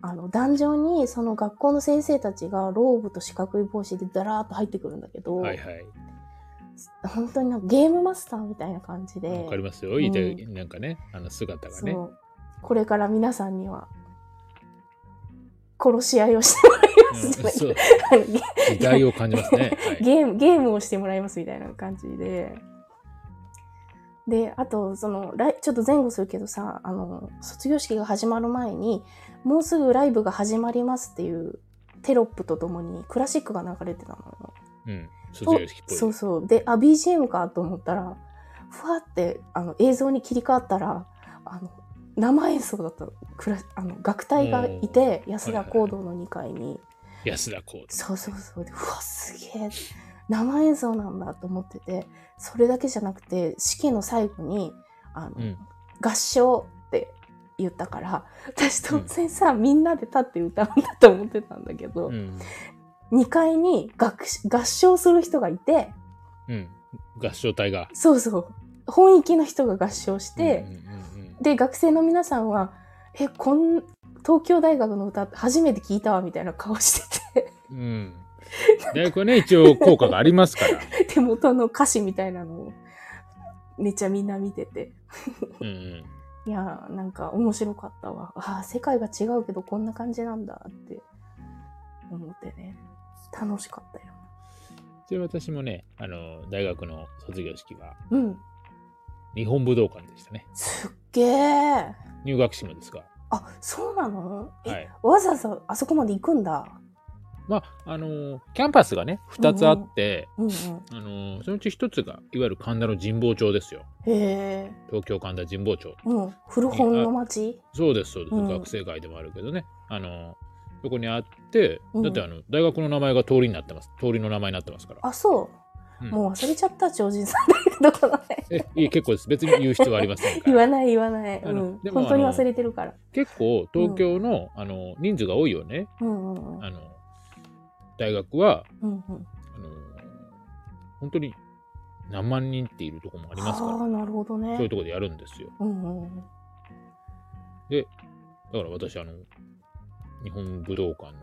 B: あの壇上にその学校の先生たちがローブと四角い帽子でだらーっと入ってくるんだけど、
A: はいはい。
B: 本当になんかゲームマスターみたいな感じで、
A: わかりますよ。言いたい、
B: う
A: なんかね、あの姿が
B: そ
A: ね。
B: うこれから皆さんには殺し合いをしてもらいますじゃ
A: うん
B: ないけど
A: そう、
B: ゲ
A: 時代を感じ ますね。はい
B: ゲーム、ゲームをしてもらいますみたいな感じで。で、あと、その、ライちょっと前後するけどさ、あの、卒業式が始まる前に、もうすぐライブが始まりますっていうテロップとともにクラシックが流れてたのよ。
A: うん。卒業式っぽい。
B: そうそう。で、あ、BGM かと思ったら、ふわって、あの、映像に切り替わったら、あの、生演奏だったのクラあの楽隊がいて安田講堂の2階に、
A: 安田講堂。
B: そうそうそうでうわすげえ生演奏なんだと思っててそれだけじゃなくて式の最後にあの、
A: うん
B: 合唱って言ったから私
A: うん
B: 当然さ、みんなで立って歌うんだと思ってたんだけど、
A: うん。
B: 2階に学し合唱する人がいて
A: うん。合唱隊が。
B: そうそう本域の人が合唱し
A: う
B: て。
A: んうんうん
B: で学生の皆さんは「えこん東京大学の歌初めて聞いたわ」みたいな顔して
A: うん。うん。大学はね、一応効果があります から。
B: て手元の歌詞みたいなのをめっちゃみんな見てて
A: うんうん。
B: いやーなんか面白かったわあー世界が違うけどこんな感じなんだって思ってね楽しかったよ
A: で、私もね、あの、大学の卒業式は、
B: うん
A: 日本武道館でしたね。
B: すっげえ
A: 入学式もですが。
B: あそうなのえ、
A: はい。
B: わざわざあそこまで行くんだ
A: まあ、あのーキャンパスがね、2つあって、
B: うんうん
A: あのーそのうち1つが、いわゆる神田の神保町ですよ。
B: へえ
A: 東京神田神保町。
B: うん古本の街
A: そうです、そうです。
B: うん
A: 学生街でもあるけどね。あのーそこにあって、
B: うん
A: だってあの、大学の名前が通りになってます。通りの名前になってますから。
B: あそう
A: うん
B: もう忘れちゃった、超人さんだけど、このね。
A: え、いえ、結構です。別に言う必要はありませんか
B: 言
A: ら。
B: わない言わない。う
A: あの
B: ん
A: で。も
B: 本当に
A: あの
B: 忘れてるから。
A: 結構、東京の、あのー、人数が多いよね。
B: うんうんうん。
A: あのー、大学は、
B: うんうん。
A: あのー本当に何万人っているところもありますから
B: ああ、、なるほどね
A: そういう。ところでやるんですよ。
B: うんうんうん。
A: だから私、あの、日本武道館のあの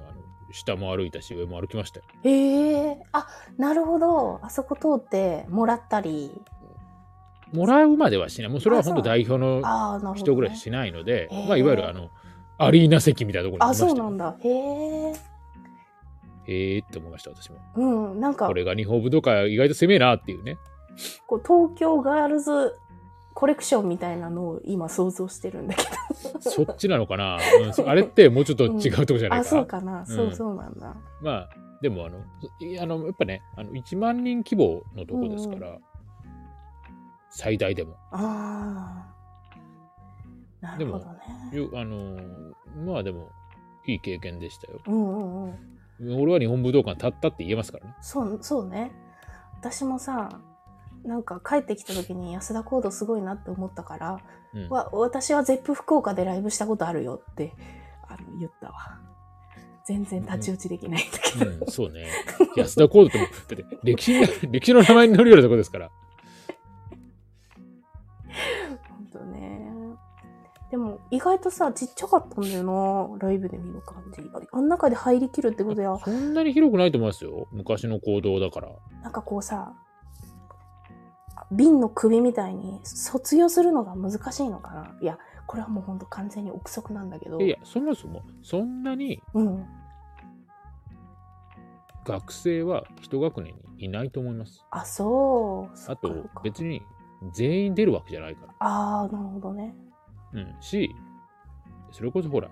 A: 下も歩いたし、上も歩きましたよ。
B: ええあ、なるほど。あそこ通ってもらったり。
A: もらうまではしない。もうそれは本当
B: あそう
A: 代表の
B: ああ、なるほど、ね。
A: 人ぐらいしないので、
B: へー
A: まあ、いわゆるあの、アリーナ席みたいなところに
B: あ、
A: いま
B: そう
A: した
B: なん
A: よ。
B: だ。へえ。
A: へえって思いました、私も。
B: うん、なんか
A: こ、れが日本武道館意外と狭えなっていうね。
B: こう東京ガールズコレクションみたいなのを今想像してるんだけど。
A: そっちなのか な、うんそあれってもうちょっと違うとこじゃないかな。
B: あ、そうかな。そうそうなんだ。
A: まあでもあのいあのやっぱねあの1万人規模のとこですから、最大でも
B: ああ。なるほどね。
A: よあのーまあでもいい経験でしたよ
B: うんうんうん。
A: 俺は日本武道館立ったって言えますからね
B: そうそうね私もさなんか帰ってきた時に安田コードすごいなって思ったから、
A: うん
B: わ私はゼップ福岡でライブしたことあるよってあの言ったわ全然太刀打ちできないんだけど、
A: うん、そうね。安田コードってもう、だって歴史が、歴史の名前に載るようなとこですから。
B: ほんとねでも意外とさちっちゃかったんだよなライブで見る感じああん中で入りきるってことや
A: そんなに広くないと思いますよ。昔の行動だから。
B: なんかこうさ瓶の首みたいに卒業するのが難しいのかないやこれはもうほんと完全に憶測なんだけど
A: いや、そもそも、そんなに
B: うん
A: 学生は一学年にいないと思います。
B: あそうそ
A: あ
B: っ
A: と
B: かそっか、
A: 別に全員出るわけじゃないから。
B: ああなるほどね
A: うん。し、それこそほら、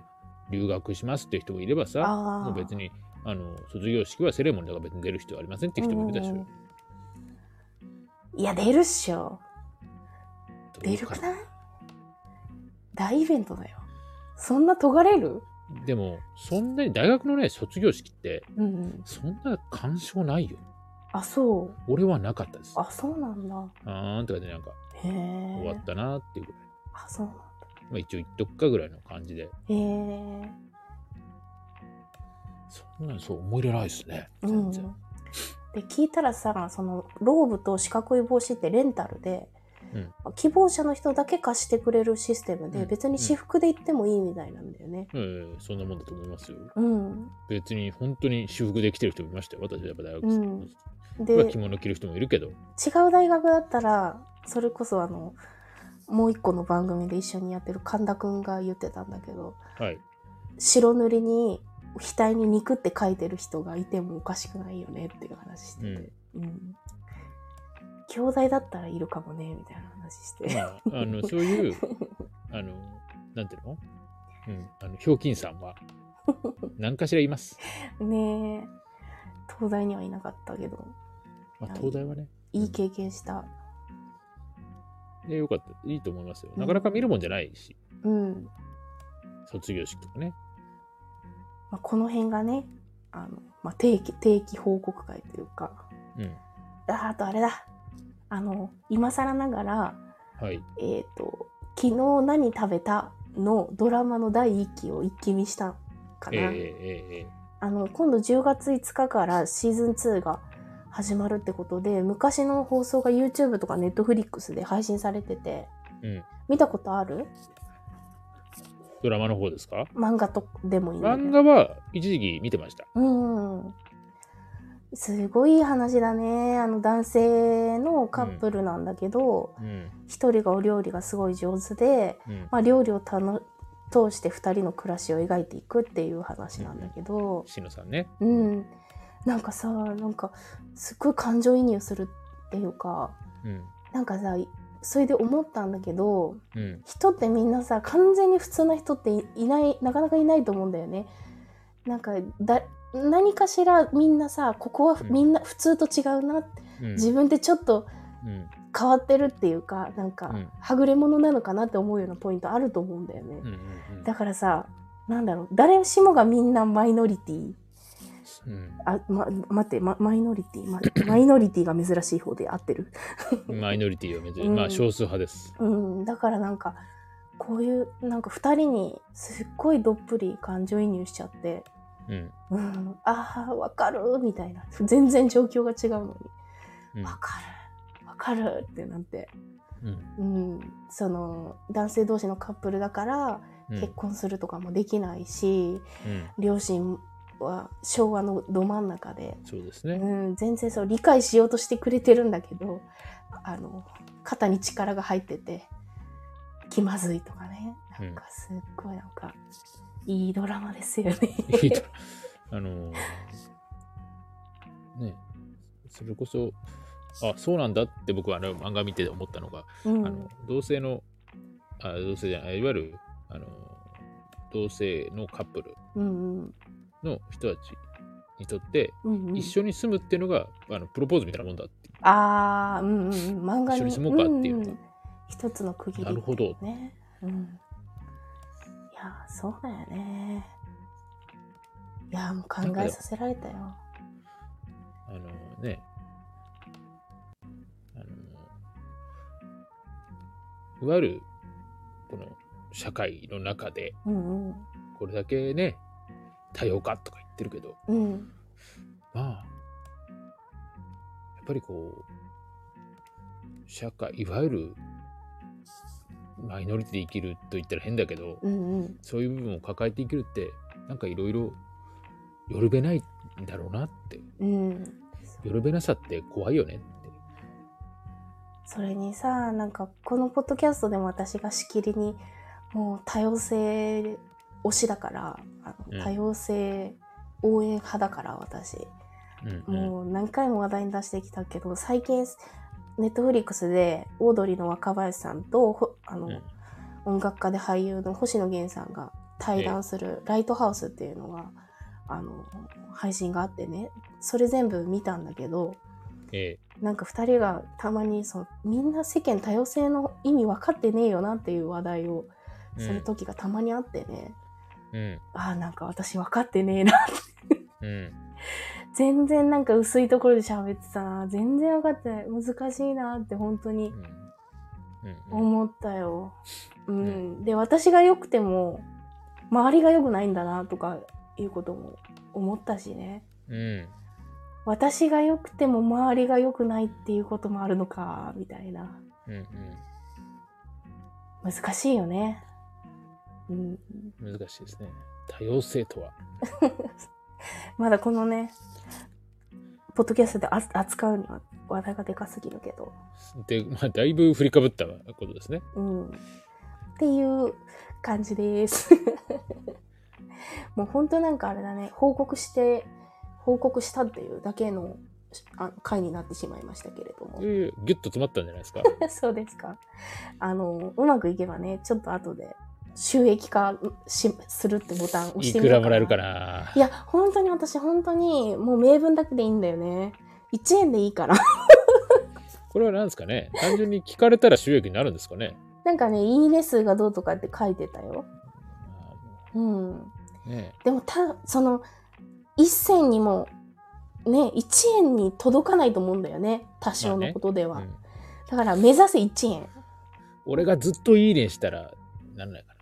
A: 留学しますって人もいればさ、
B: ああ
A: もう別に、あの、卒業式はセレモニーだから別に出る必要ありませんって人もいるでしょ。
B: うんうんいや出るっしょ
A: どう
B: 出る
A: か
B: く
A: な
B: ない大イベントだよそんな尖れる
A: でも、そんなに大学のね、卒業式って、
B: うんうん
A: そんな干渉ないよ。
B: あそう
A: 俺はなかったです。あ
B: あそうなんだ
A: ーんとかでなんか、
B: へ
A: 終わ
B: え
A: ったなーっていうぐらい。
B: あそうなんだ
A: まあ一応言っとくかぐらいの感じで、
B: へえ
A: そんなにそう思い入れないですね。
B: うん
A: 全然。
B: で聞いたらさそのローブと四角い帽子ってレンタルで、
A: うん
B: 希望者の人だけ貸してくれるシステムで、
A: うん
B: 別に私服で行ってもいいみたいなんだよね。
A: ええそんなもんだと思いますよ。
B: うん、
A: 別に本当に私服で来てる人もいましたよ。私はやっぱ大学
B: う
A: 生、
B: ん
A: まあ
B: で
A: 着物着る人もいるけど、
B: 違う大学だったらそれこそあのもう一個の番組で一緒にやってる神田くんが言ってたんだけど
A: はい。
B: 白塗りに額に肉って書いてる人がいてもおかしくないよねっていう話してて、うん兄弟だったらいるかもねみたいな話して
A: まあ、あの、そういう、あの、なんていうのうん、あの、ひょうきんさんは、何かしらいます。
B: ねえ東大にはいなかったけど
A: まあ、東大はね、
B: いい経験した
A: えよかった、いいと思いますよ。なかなか見るもんじゃないし、
B: うん、
A: 卒業式とかね。
B: まあ、この辺がねあの、まあ、定期定期報告会というか
A: うん。
B: ああとあれだあの今更ながら
A: はい。
B: えっ、と「昨日何食べた?」のドラマの第一期を一気見したか
A: ええ
B: な、
A: えええ
B: あの今度10月5日からシーズン2が始まるってことで昔の放送が YouTube とか Netflix で配信されてて
A: えうん。
B: 見たことある
A: ドラマの方ですか
B: 漫画とでもいいんだけど
A: 漫画は一時期見てました。
B: うんすごいいい話だねあの男性のカップルなんだけど
A: うん。
B: 一、人がお料理がすごい上手で
A: うん。
B: まあ、料理をたの通して2人の暮らしを描いていくっていう話なんだけど、
A: しのさんね。
B: うんなんかさなんかすっごい感情移入するっていうか
A: うん。
B: なんかさそれで思ったんだけど
A: うん。
B: 人ってみんなさ完全に普通な人っていいないなかなかいないと思うんだよね。なんかだ何かしらみんなさここは
A: うん
B: みんな普通と違うな、
A: うん。
B: 自分ってちょっと
A: うん。
B: 変わってるっていうかなんか
A: うん
B: はぐれ者なのかなって思うようなポイントあると思うんだよね。
A: うん。
B: だからさなんだろう誰しもがみんなマイノリティ
A: うん。
B: あ、ま、待って、ま、マイノリティ、ま、マイノリティが珍しい方で合ってる、
A: うん。マイノリティは別に、
B: うん
A: まあ少数派です。
B: うん、だからなんかこういうなんか2人にすっごいどっぷり感情移入しちゃって、
A: うん。
B: うん、あーわかるみたいな全然状況が違うの
A: う
B: に
A: ん
B: わかるわかるってなって、
A: うん。
B: うん、その男性同士のカップルだから
A: うん
B: 結婚するとかもできないし、
A: うん。
B: 両親は昭和のど真ん中で、
A: そうです
B: う
A: ね。
B: ん、全然そう理解しようとしてくれてるんだけどあの肩に力が入ってて気まずいとかねなんかすっごいなんか、いいドラマですよね。
A: いいとあのーね、それこそ、あ、そうなんだって僕はあの漫画見て思ったのが、
B: うん
A: あの同性のあ同性じゃないいわゆるあの同性のカップル
B: うんうん
A: の人たちにとって、
B: うんうん
A: 一緒に住むっていうのがあのプロポーズみたいなもんだって
B: ああうんうんうん漫画に
A: 一緒に住もうかっていうのが
B: んん一つの区切り、ね、
A: なるほど
B: ね、うん、いやーそうだよねいやーもう考えさせられたよ
A: あのねあのいわゆる、この、社会の中で、
B: うんうん
A: これだけね、多様化とか言ってるけど、
B: うん
A: まあ、やっぱりこう、社会、いわゆる、マイノリティで生きると言ったら変だけど、
B: うんうん
A: そういう部分を抱えて生きるって、なんかいろいろ、よるべないんだろうなって、
B: うん
A: よるべなさって怖いよねって。
B: それにさなんかこのポッドキャストでも私がしきりにもう多様性推しだからあの
A: うん
B: 多様性応援派だから私、
A: うんうん
B: もう何回も話題に出してきたけど最近ネットフリックスでオードリーの若林さんとほあの、
A: うん
B: 音楽家で俳優の星野源さんが対談する「ライトハウス」っていうのがあの配信があってねそれ全部見たんだけど、
A: え
B: なんか2人がたまにそのみんな世間多様性の意味分かってねえよなっていう話題を
A: え
B: する時がたまにあってね、
A: うん
B: ああなんか私分かってねえな
A: うん
B: 全然なんか薄いところで喋ってたな全然分かってない難しいなって本当
A: う
B: に
A: んうんうん
B: 思ったよ、うんで私が良くても周りが良くないんだなとかいうことも思ったしね
A: うん
B: 私が良くても周りが良くないっていうこともあるのかみたいな。
A: うん
B: 難しいよね。うん、
A: うん難しいですね多様性とは
B: まだこのね、ポッドキャストであ扱うには話題がでかすぎるけど、
A: で、まあ、だいぶ振りかぶったことですね
B: うん。っていう感じです。 もう本当なんかあれだね、報告して、報告したっていうだけのあ回になってしまいましたけれども。
A: でギュッと詰まったんじゃないです か
B: そうですか。あの、うまくいけばね、ちょっと後で収益化しするってボタン押
A: い
B: して
A: く
B: みよ
A: ら
B: う
A: も
B: かな。
A: らえるかない
B: や、本当に私、本当に、もう名分だけでいいんだよね。1円でいいから。
A: これは何ですかね単純に聞かれたら収益になるんですかね
B: なんかね、いいね数がどうとかって書いてたよ。
A: まあも
B: うん。
A: うね
B: でも、た、その、1銭にも、ね、1円に届かないと思うんだよね。多少のことでは。
A: うん
B: だから、目指せ1円。
A: 俺がずっといいねしたらなんないか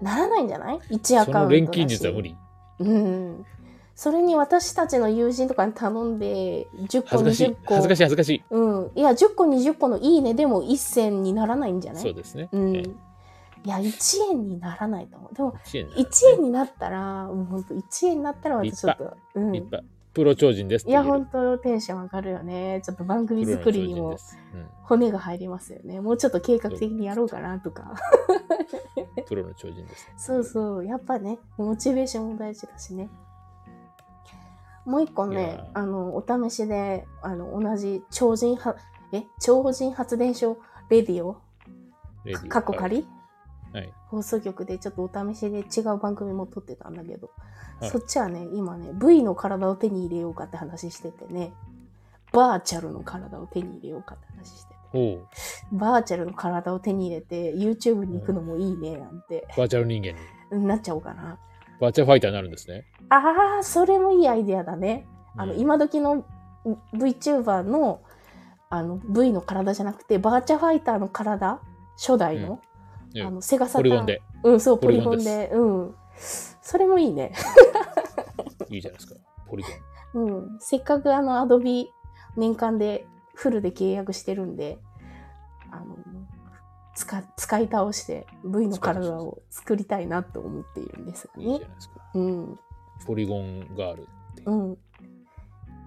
B: ならないんじゃない ?1
A: な
B: ア
A: そ
B: カウン
A: の
B: トだし。
A: 錬金術は無。理
B: うん。それに私たちの友人とかに頼んで、10個、
A: 恥ずかしい
B: 20個。
A: 恥ずかしい恥ずかしい
B: うん。いや、10個、20個のいいねでも1銭にならないんじゃない
A: そうですね、
B: うん。
A: ええ
B: いや、1円にならないと思う。でも、
A: 一円ならね
B: 1円になったら、もう本当、1円になったら、私ちょっと、うん。
A: 立
B: い
A: 派プロ超人ですって言
B: や、
A: える
B: 本当、テンション上がるよね。ちょっと番組
A: プロの
B: 作り
A: 超
B: に
A: 人で
B: も
A: すうん
B: 骨が入りますよね。もうちょっと計画的にやろうかなとか。
A: プロの超人です。
B: そうそう、やっぱね、モチベーションも大事だしね。もう一個
A: い
B: ね
A: や、ー
B: あの、お試しで、あの、同じ超人は、え、超人発電所レディオ、
A: レディー
B: 過去仮、
A: はい。
B: 放送局でちょっとお試しで違う番組も撮ってたんだけど、
A: はい
B: そっちはね今ね V の体を手に入れようかって話しててねバーチャルの体を手に入れようかって話してて
A: おう、
B: バーチャルの体を手に入れて YouTube に行くのもいいねなんて、
A: バーチャル人間に。
B: なっちゃおうかな
A: バーチャルファイターになるんですね。
B: あーそれもいいアイデアだねあの、
A: うん
B: 今時の VTuber のあの V の体じゃなくてバーチャファイターの体初代の,、
A: うんええ
B: あのセガサタ
A: ポ
B: ー
A: リゴンで。
B: うん、そう、ポ
A: ポリ
B: リ
A: ゴ
B: ゴ
A: ン
B: ン
A: です
B: で。うん。それもい いね。
A: いいじゃないですか。ポリゴン。
B: うん。せっかくあの、アドビ年間でフルで契約してるんで、あの、使使い倒して V の体を作りたいなと思っているんですが
A: いいじ
B: ね
A: ゃ。ないですか。
B: うん。
A: ポリゴンガール。
B: うん。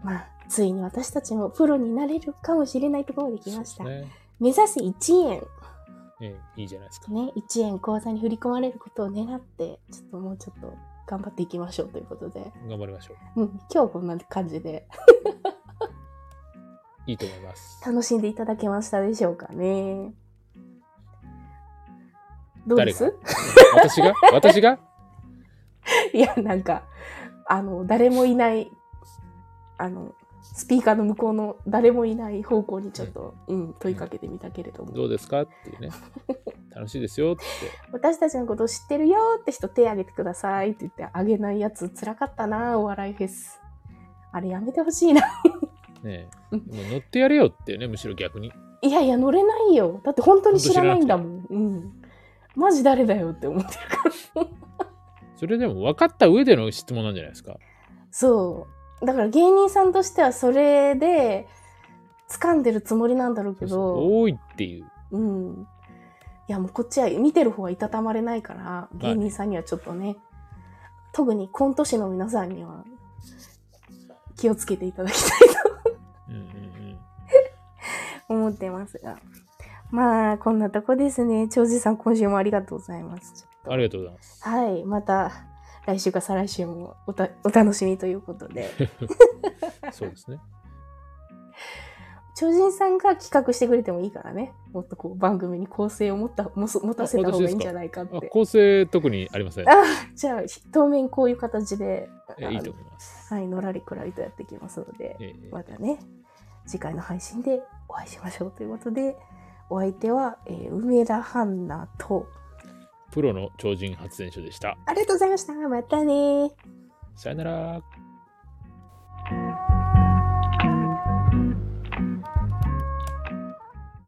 B: まあ、ついに私たちもプロになれるかもしれないところまで来ました。
A: そうですね。
B: 目指せ1円。
A: ええいいじゃないですか。
B: ね、1円口座に振り込まれることを願って、ちょっともうちょっと頑張っていきましょうということで。
A: 頑張りましょう。
B: うん、今日はこんな感じで。
A: いいと思います。
B: 楽しんでいただけましたでしょうかね。どうです
A: 私が私が
B: いや、なんか、あの、誰もいない、あの、スピーカーの向こうの誰もいない方向にちょっと、うん、問いかけてみたけれども、
A: どうですかっていうね。楽しいですよって。
B: 私たちのことを知ってるよって人手挙げてくださいって言ってあげないやつ辛かったな、お笑いフェス。あれやめてほしいな。
A: ねえもう乗ってやれよっていうね、むしろ逆に。
B: いやいや乗れないよだって本当に知らないんだもん、うん、マジ誰だよって思ってるから
A: それでも分かった上での質問なんじゃないですか。
B: そうだから芸人さんとしてはそれで掴んでるつもりなんだろう
A: そ
B: け
A: う
B: ど
A: そう多いっていう。
B: うんいやもうこっちは見てる方はいたたまれないから
A: い
B: 芸人さんにはちょっとね特にコント師の皆さんには気をつけていただきたい
A: うんうん
B: と 思ってますがまあこんなとこですね長司さん今週もありがとうございます
A: うん。ありがとうござ います。
B: はいまた来週か再来週もおたお楽しみということで
A: そうですね。
B: 長司さんが企画してくれてもいいからねもっとこう番組に構成を持ったもそ持たせた方がいいんじゃないかっ
A: あ
B: て
A: 構成特にありません。
B: あじゃあ当面こういう形で
A: え
B: あ
A: いいと思います。
B: はい、のらりくらりとやっていきますので、
A: え
B: またね、次回の配信でお会いしましょうということで、お相手は、えー梅田ハンナと、
A: プロの超人発電所でした。
B: ありがとうございました。またねー。
A: さよなら。